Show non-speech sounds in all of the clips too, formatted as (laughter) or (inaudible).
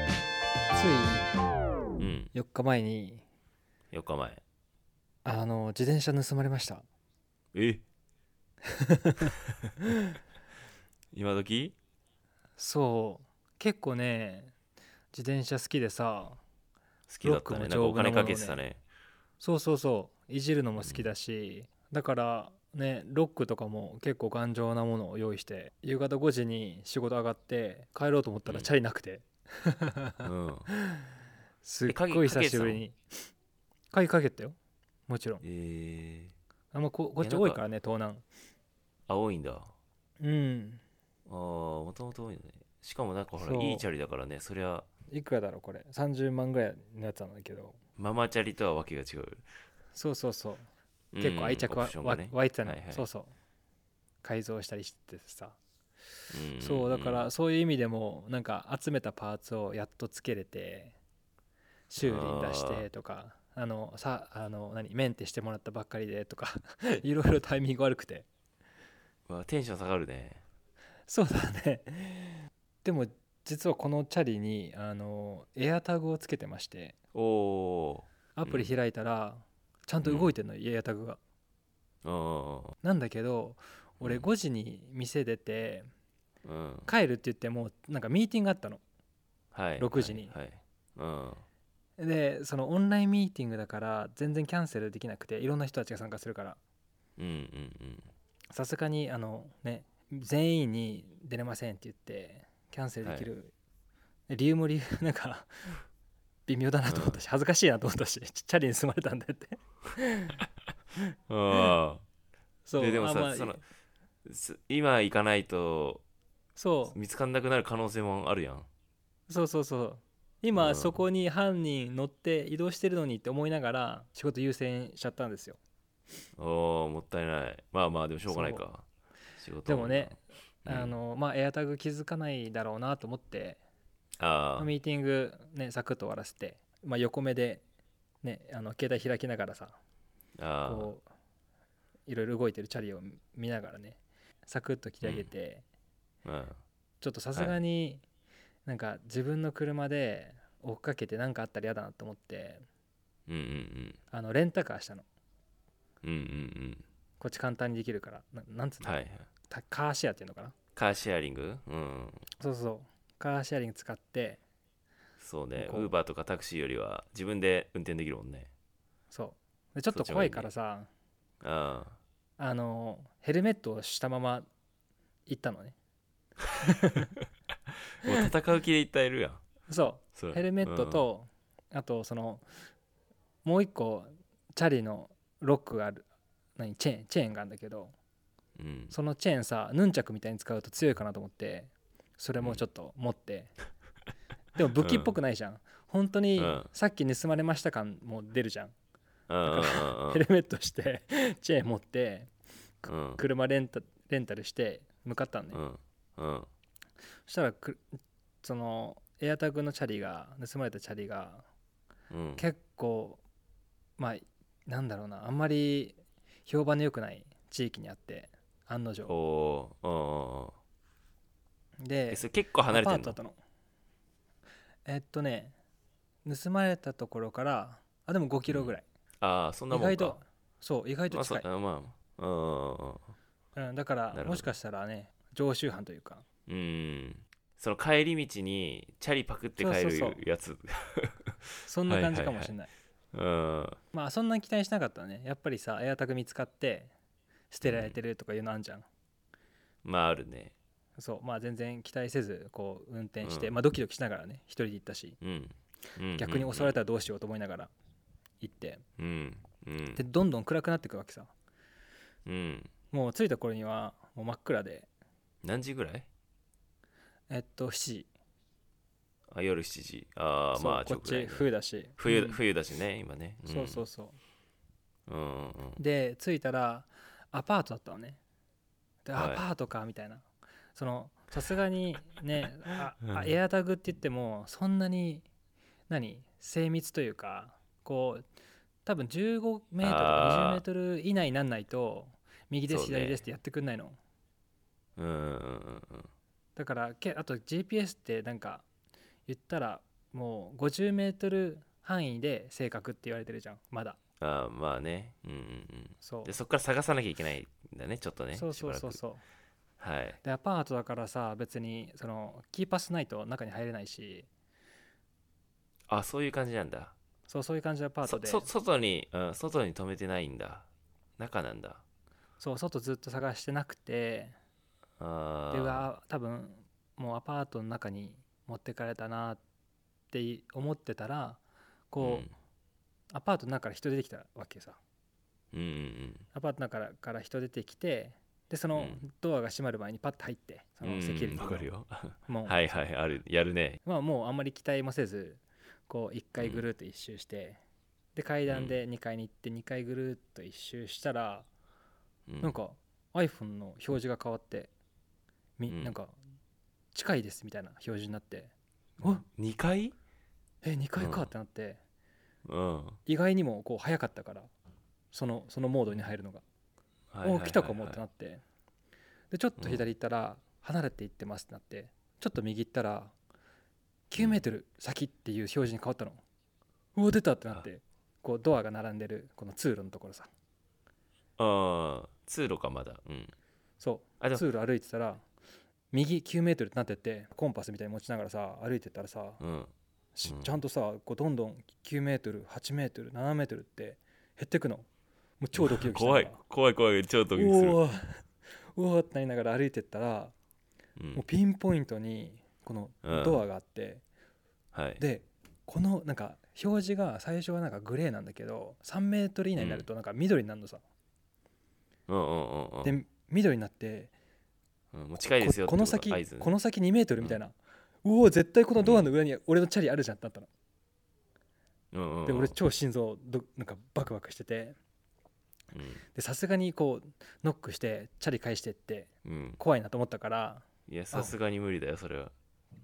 ついうん4日前に4日前あの自転車盗まれました (laughs) え今時そう結構ね自転車好きでさ好きだったねなロックも丈んかお夫な金ものかけてたねそうそうそういじるのも好きだし、だからねロックとかも結構頑丈なものを用意して夕方5時に仕事上がって帰ろうと思ったらうんチャリなくて、 (laughs) うんすっ鍵ごい久かけてたしのぶりに鍵かけてたよもちろんえー、あんまここっいちや多なんいかからね盗難青いんだあうんあもともと多いよねしかもなんかほそらういいチャリだからねそりゃいくらだろうこれ30万ぐらいのやつなんだけどママチャリとはわけが違う、そうそうそううん結構愛着オはプションがわね湧いてたの、はいはいそうそう改造したりしてさ、んそうだかんらそういう意味でもなんか集めたパーツをやっとつけれて修理に出してとかあのさあの何メンテしてもらったばっかりでとか (laughs) いろいろタイミング悪くてうわテンション下がるねそうだねでも実はこのチャリにあのエアタグをつけてましておおアプリう開いたらちゃんと動いてんの、エアタグがーあなんだけど俺うん5時に店出てーうん帰るって言ってもうなんかミーティングがあったのはい6時にはい、はいうんでそのオンラインミーティングだから全然キャンセルできなくていろんな人たちが参加するからうんうんさすがにあのね全員に出れませんって言ってキャンセルできる、理由も理由なんか微妙だなと思ったし、恥ずかしいなと思ったしチャリに住まれたんだよって (laughs) うんあそうででもあさ、まあそのす今行かないとそう見つかんなくなる可能性もあるやんそうそうそう今、うんそこに犯人乗って移動してるのにって思いながら仕事優先しちゃったんですよおーもったいないまあまあでもしょうがないか仕事でもね、うんあのまあエアタグ気づかないだろうなと思って、まああーミーティングねサクッと終わらせて、まあ、横目でねあの携帯開きながらさあーこういろいろ動いてるチャリを見ながらねサクッと切り上げて、うんちょっとさすがになんか自分の車で追っかけて何かあったら嫌だなと思ってうんうんあのレンタカーしたのうんうんうんこっち簡単にできるからななんつううんの、はいはいたカーシェアっていうのかなカーシェアリングうんそうそうカーシェアリング使ってそうねウこうーバーとかタクシーよりは自分で運転できるもんねそうでちょっそとっちの方が怖いからさああのヘルメットをしたまま行ったのねあもう戦う気でいったいるやんそそうれヘルメットと、あとそのもう一個チャリのロックがある何チェーンチェーンがあるんだけどうんうんそのチェーンさヌンチャクみたいに使うと強いかなと思ってそれもちょっと持って、 (laughs) でも武器っぽくないじゃん、本当にうんさっき盗まれました感も出るじゃんうんうんうんヘルメットしてチェーン持ってうん車レンタレンタルして向かったんね、うんうんそしたらくそのエアタグのチャリが盗まれたチャリがうん結構まあなんだろうなあんまり評判の良くない地域にあって案の定おーおーおーでえそれ結構離れてアんパートだのったのえっとね盗まれたところからあでも5キロぐらい、ああそんな意もんか外とそう意外と近い、まあそうまあうんうんうんうん、だかならるほどもしかしたらね常習犯というかうんその帰り道にチャリパクって帰そうそうそるやつ (laughs) そんな感じかもしれない,、うんまあそんな期待しなかったねやっぱりさエアタグ見つかって捨てられてるとかいうのあんじゃん、まああるねそうまあ全然期待せずこう運転して、うんまあドキドキしながらね一人で行ったしうんうん逆に襲われたたらどうしようと思いながら行ってうんうんでどんどん暗くなっていくわけさうんもう着いた頃にはもう真っ暗で何時ぐらいえっと7時あ夜7時ああそうまあちこょっぐらいちね冬だし冬うん冬だしね今ねんそうそうそううんうんうんで着いたらアパートだったのねで、はいアパートかみたいなそのさすがに (laughs) ねあ、あうんエアタグって言ってもそんなに何精密というかこう多分1 5メートルとか2 0あーメートル以内になんないと右ですそうね左ですってやってくんないの、うんうんうんうんだからけあと GPS ってなんか言ったらもう50メートル範囲で正確って言われてるじゃんまだあーまあねうんうんそうんうでそっから探さなきゃいけないんだねちょっとねそうそうそうしそうばらくはいでアパートだからさ別にそのキーパスないと中に入れないしあそういう感じなんだそうそういう感じのアパートでそそ外に、うん、外に止めてないんだ中なんだそう外ずっと探してなくてあでーうわ多分もうアパートの中に持ってかれたなって思ってたらこう、アパートの中から人出てきたわけさうん、うんうんアパートの中からから人出てきてでそのうんドアが閉まる前にパッと入ってそうんうのんセキュリティのわかるよ (laughs) もう、はいはいあるやるねまあ、もうあんまり期待もせずこう1回ぐるっと一周して、で階段で2階に行って2階ぐるっと一周したら、うんなんか iPhone の表示が変わってみ、うんなんか近いですみたいな表示になって、うあん二階え2階かうんってなって、うん意外にもこう早かったからそのそのモードに入るのが、はいはいはいおは来いたかもってなってでちょっと左行ったら離れて行ってますってなって、ちょっと右行ったら9メートル先っていう表示に変わったの、うお出たってなってこうドアが並んでるこの通路のところさああ通路かまだうんそあでうも通路歩いてたら右9メートルってなってってコンパスみたいに持ちながらさ歩いてったらさうんしうんちゃんとさこうどんどん9メートル8メートル7メートルって減ってくのもう超ドキドキした怖い怖い怖い超ドキドキするうわうわってなりながら歩いてったらうんもうピンポイントにこのドアがあって、はいでこのなんか表示が最初はなんかグレーなんだけど3メートル以内になるとなんか緑になるのさ、うんうんうんうんで緑になってうんもう近いですよここの先ってと合図ねこの先2メートルみたいな、うお絶対このドアの裏に俺のチャリあるじゃんってなったの、うんうんうんで俺超心臓どなんかバクバクしててでさすがにこうノックしてチャリ返してってうんうん怖いなと思ったからいやさすがに無理だよそれは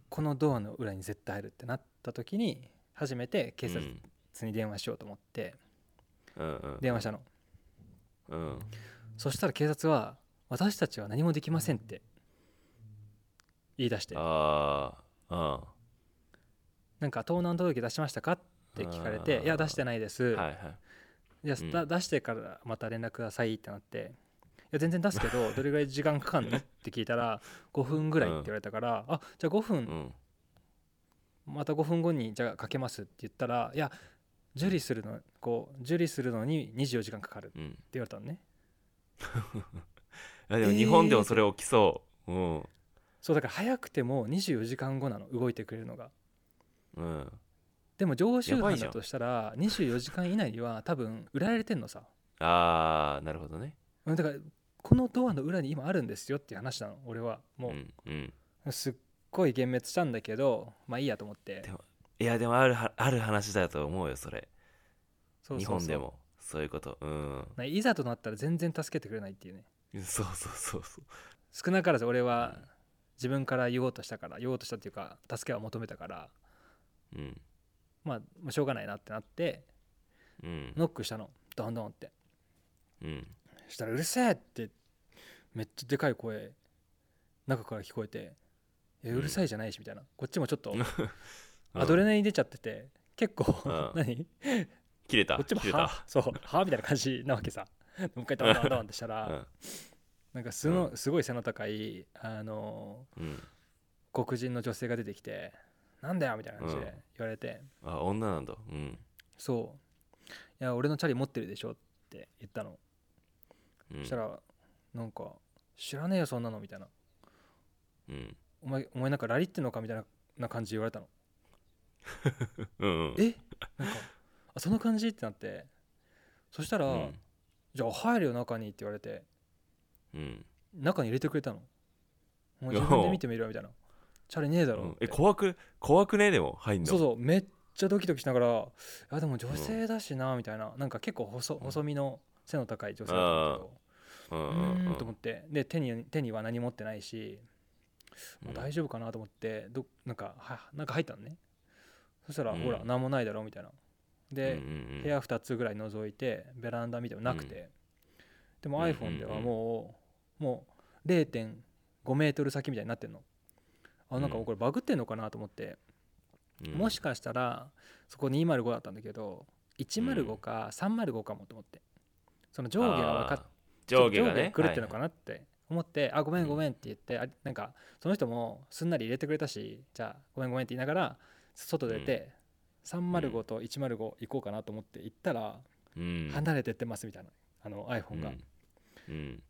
このドアの裏に絶対入るってなった時に初めて警察うんに電話しようと思ってうんうん電話したの、うんそしたら警察は私たちは何もできませんって言い出してあーあなんか盗難届出しましたかって聞かれてあーいや出してないです、ーはいはいじゃうんあだ出してからまた連絡くださいってなっていや全然出すけ (laughs) どどれぐらい時間かかんのって聞いたら5分ぐらいって言われたから、あじゃあ5分、うんまた5分後にじゃあかけますって言ったらいや受理するのこう受理するのに24時間かかるってうん言われたのねいやでも日本でもそれ起きそう、そうだから早くても24時間後なの動いてくれるのがうんうんでも常習やば犯いじゃだんとしたら24時間以内には多分売られてんのさああなるほどねだからこのドアの裏に今あるんですよっていう話なの俺はうもんうんうすっごい幻滅したんだけどまあいいやと思ってでもいやでもあるはある話だと思うよそれそうそうそう日本でもそういうことうんないざとなったら全然助けてくれないっていうねそうそうそうそう少なからず俺は自分から言おうとしたから言おうとしたっていうか助けは求めたからうんまあもうしょうがないなってなってうんノックしたのドンドンってうんしたら「うるせえ!」ってめっちゃでかい声中から聞こえて「いやうんうるさいじゃないし」みたいなこっちもちょっ (laughs) とうんアドレナリン出ちゃってて結構うん (laughs) 何切れたこっちも切れはたそう「はみたいな感じなわけさもう一回ドンドンドンってしたうらんなんかすのすごい背の高いあのうん黒人の女性が出てきて「なんだよ」みたいな感じうんで言われてあ女なんだうん「そういや俺のチャリ持ってるでしょ」って言ったのうんそしたらなんか「知らねえよそんなの」みたいなうんお前お前なんかラリってんのかみたいなな感じで言われたのうんうんえなんかあその感じってなってそしたら、うんじゃあ入るよ中にって言われてうん中に入れてくれたのもういや自分で見てみろよみたいなチャレねえだうろっんて、え怖く怖くねでも入んのそうそうめっちゃドキドキしながらあでも女性だしなみたいななんか結構細細身の背の高い女性だったんだけどううんうんうんーんと思ってで手に手には何も持ってないしもう大丈夫かなと思ってどなんかはなんか入ったのねそしたら、うんほら何もないだろみたいなで、うんうんうん部屋2つぐらい覗いてベランダ見てもなくて、でもうんうん iPhone ではもう、もう0.5メートル先みたいになってんのあなんかうんこれバグってんのかなと思ってうんもしかしたらそこ205だったんだけど105か305かもと思ってその上下が分かっあー上下がちょねっと狂ってるのかなって思って「あごめんごめん」って言って、あなんかその人もすんなり入れてくれたしじゃあごめんごめんって言いながら外出て、305と105行こうかなと思って行ったら、はいうん離れてってますみたいなあの iPhone が、うんうん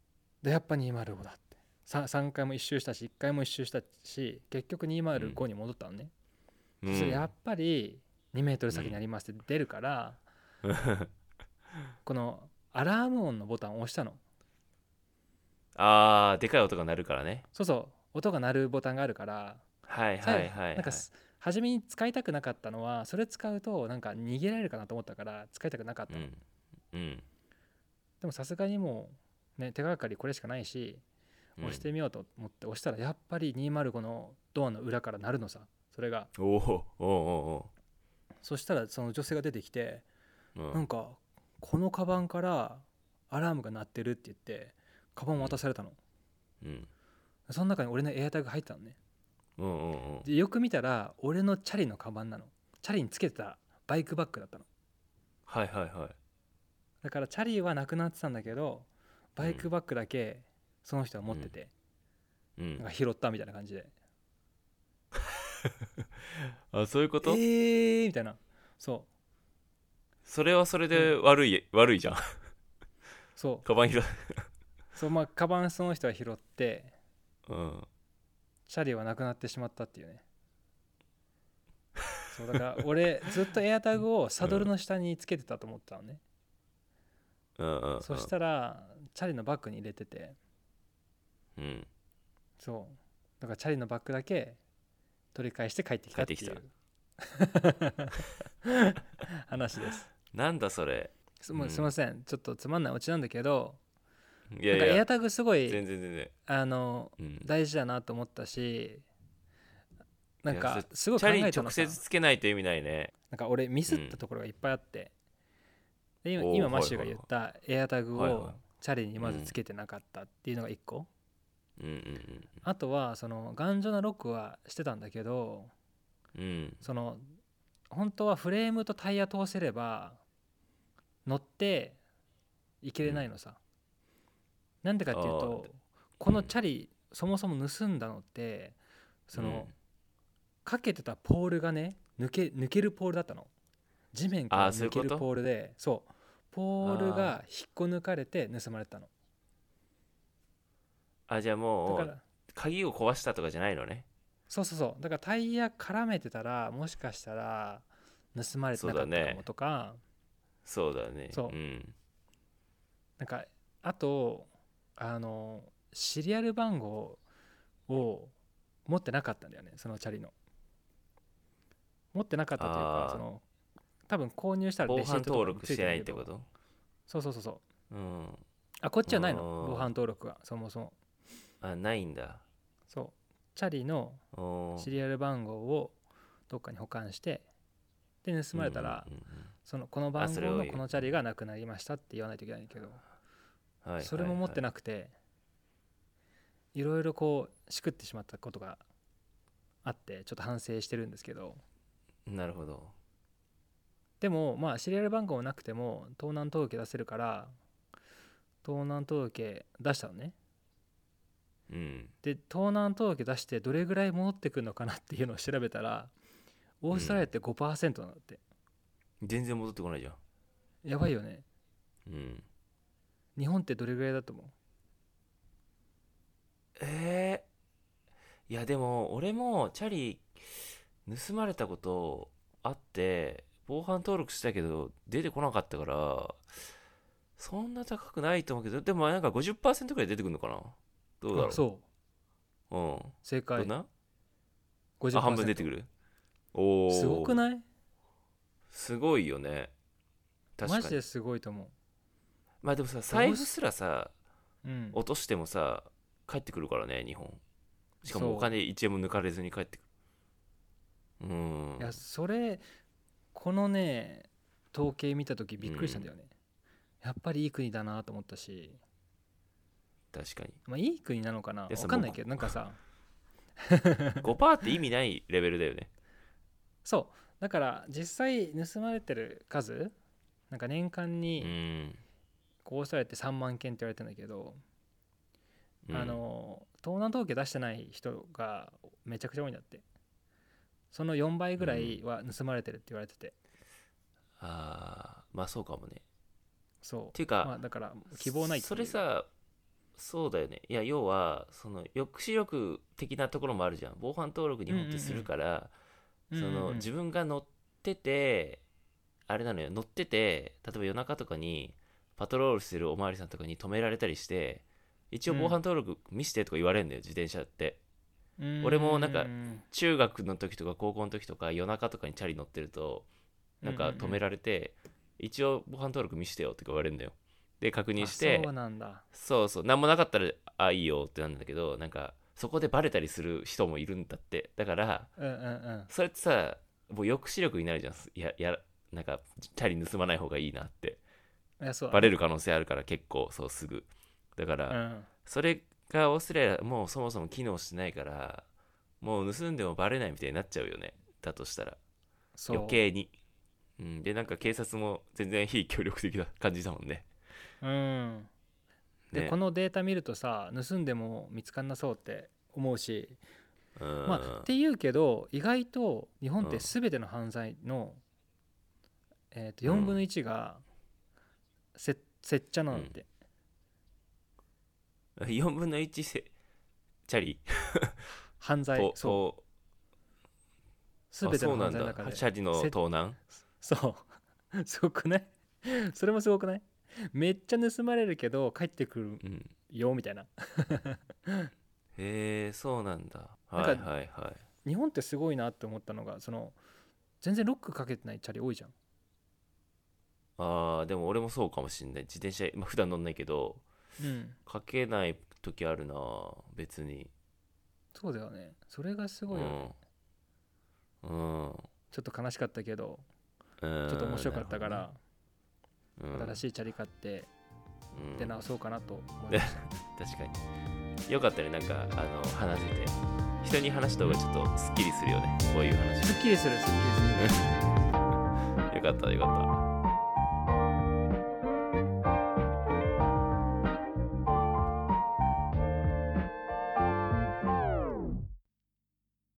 でやっぱ205だって 3, 3回も一周したし1回も一周したし結局205に戻ったのね、うんそしたらやっぱり2メートル先にありますって出る (laughs) から、このアラーム音のボタンを押したのあーでかい音が鳴るからねそうそう音が鳴るボタンがあるからはいさはいはいなんかす初めに使いたくなかったのはそれ使うとなんか逃げられるかなと思ったから使いたくなかったうの、んうんでもさすがにもう、ね、手がかりこれしかないしうん押してみようと思って押したらやっぱり205のドアの裏から鳴るのさそれがおおおおそしたらその女性が出てきておおうなんかこのカバンからアラームが鳴ってるって言ってカバンを渡されたのうんその中に俺のエアタグ入ってたのねうんうんうんでよく見たら俺のチャリのカバンなのチャリにつけてたバイクバッグだったのはいはいはいだからチャリはなくなってたんだけどバイクバッグだけその人は持ってて、うなんんか拾ったみたいな感じであそういうこえとーみたいなそそれはそれで悪い悪いじゃん (laughs) うそうカバン拾うそうまあカバンその人は拾ってうんチャリはなくなってしまったっていうねそうだか (laughs) ら俺ずっとエアタグをサドルの下につけてたと思ってたのね、うんうんうんそしたらチャリのバッグに入れててうんそうだからチャリのバッグだけ取り返して帰ってきたってい帰ってう (laughs) 話ですなんだそれすもううんすいませんちょっとつまんないオチなんだけどいやいなんかエやアタグすごい全然全然あのうん大事だなと思ったしなんいやかそすごいチ考ャリにえた直のさ接つけないと意味ないねなんか俺ミスったところがいっぱいあって、で今おー今マッシュが言ったエアタグはいはをいチャリにまずつけてなかったっていうのが1個、うんうんあとはその頑丈なロックはしてたんだけどうんうんその本当はフレームとタイヤ通せれば乗っていけれないのさ、なんでかっていうとこのチャリ、そもそも盗んだのってその、うんかけてたポールがね抜け抜けるポールだったの地面からあーそうい抜うけことるポールでそうポールが引っこ抜かれて盗まれたのあじゃあもだかうら鍵を壊したとかじゃないのねそうそうそうだからタイヤ絡めてたらもしかしたら盗まれてなかっそうただかねもとか、そうだねそううんなんかあとあのシリアル番号を持ってなかったんだよねそのチャリの持ってなかったというかあーその多分購入したら防レシー犯トとか登に録つるしてんなだいっけてどことそうそうそうそううんあこっちはないあのー防犯登録がそもそもあないんだそうチャリのおーシリアル番号をどっかに保管してで盗まれたらうんうんうんそのこの番そ号れをの言うこのチャリがなくなりましたって言わないといけないんだけどはいはいそれも持ってはいなくていろいろこうしくってしまったことがあってちょっと反省してるんですけどなるほどでもまあシリアル番号なくても盗難届出せるから盗難届出したのねうんで盗難届出してどれぐらい戻ってくるのかなっていうのを調べたらオーストラリアって5%なんだって、全然戻ってこないじゃんやばいよねうん日本ってどれぐらいだと思うえー、いやでも俺もチャリ盗まれたことあって防犯登録したけど出てこなかったからそんな高くないと思うけどでもなんか50%くらい出てくるのかなどうだろあうそうう、正ん、ど解んな50%あ半分出てくるおおすごくいないすごいよね確かマにジですごいと思まあでもさ財布すらさう、うん、落としてもさ帰ってくるからね日本しかもお金1円も抜かれずに帰ってくるうーんいやそれこのね統計見た時びっくりしたんだよね、やっぱりいい国だなと思ったし、確かにまあ、いい国なのかないやさ分かんないけどなんかさ5%って意味ないレベルだよねそうだから実際盗まれてる数なんか年間うにんこうオーストラリアって3万件って言われてんだけど、うんあの盗難統計出してない人がめちゃくちゃ多いんだってその4倍ぐらいは盗まれてるって言われてて、あーまあそうかもねそうていうかまあ、だから希望ないっていうそれさそうだよねいや要はその抑止力的なところもあるじゃん防犯登録日本ってするから、うんそうんのうん自分が乗っててあれなのよ乗ってて例えば夜中とかにパトロールしてるおまわりさんとかに止められたりして一応うん防犯登録見してとか言われるんだよ、自転車ってうん俺もなんかううん中学の時とか高校の時とか夜中とかにチャリ乗ってるとなんか止められて、一応防犯登録見してよとか言われるんだよで確認してあそうなんだそうそう何もなかったらあいいよってなんだけどなんかそこでバレたりする人もいるんだってだからうんうんうんそれってさもう抑止力になるじゃんいややなんかチャリ盗まない方がいいなっていやそうだバレる可能性あるから結構そうすぐだかうら、んそれがオーストラリアもうそもそも機能してないからもう盗んでもバレないみたいになっちゃうよねだとしたらそう余計にうんでなんか警察も全然非協力的な感じだもんねうんでねこのデータ見るとさ盗んでも見つかんなそうって思うし、うんまあっていうけど意外と日本っうんて全ての犯罪の、えー、とうん4分の1がせせっちゃなのって、 4分の1せチャリ犯罪とそうと全ての犯罪のあそうなん中だでチャリの盗難そう (laughs) すごくないそれもすごくないめっちゃ盗まれるけど帰ってくるうんよみたいなへえそうなんだなんはかいはいはい日本ってすごいなって思ったのがその全然ロックかけてないチャリ多いじゃんあーでも俺もそうかもしんない自転車、まあ、普段乗んないけどうんかけない時あるな別にそうだよねそれがすうごいよね、んうん、うん、ちょっと悲しかったけどちちょょっと面白かったから、新いしいチャリ買ってうん出うん、直そうかなと思いました、確かによかったねなんかあの話せて人に話した方がちょっとすっきりするよねこういう話すっきりするすっきりするよかったよかった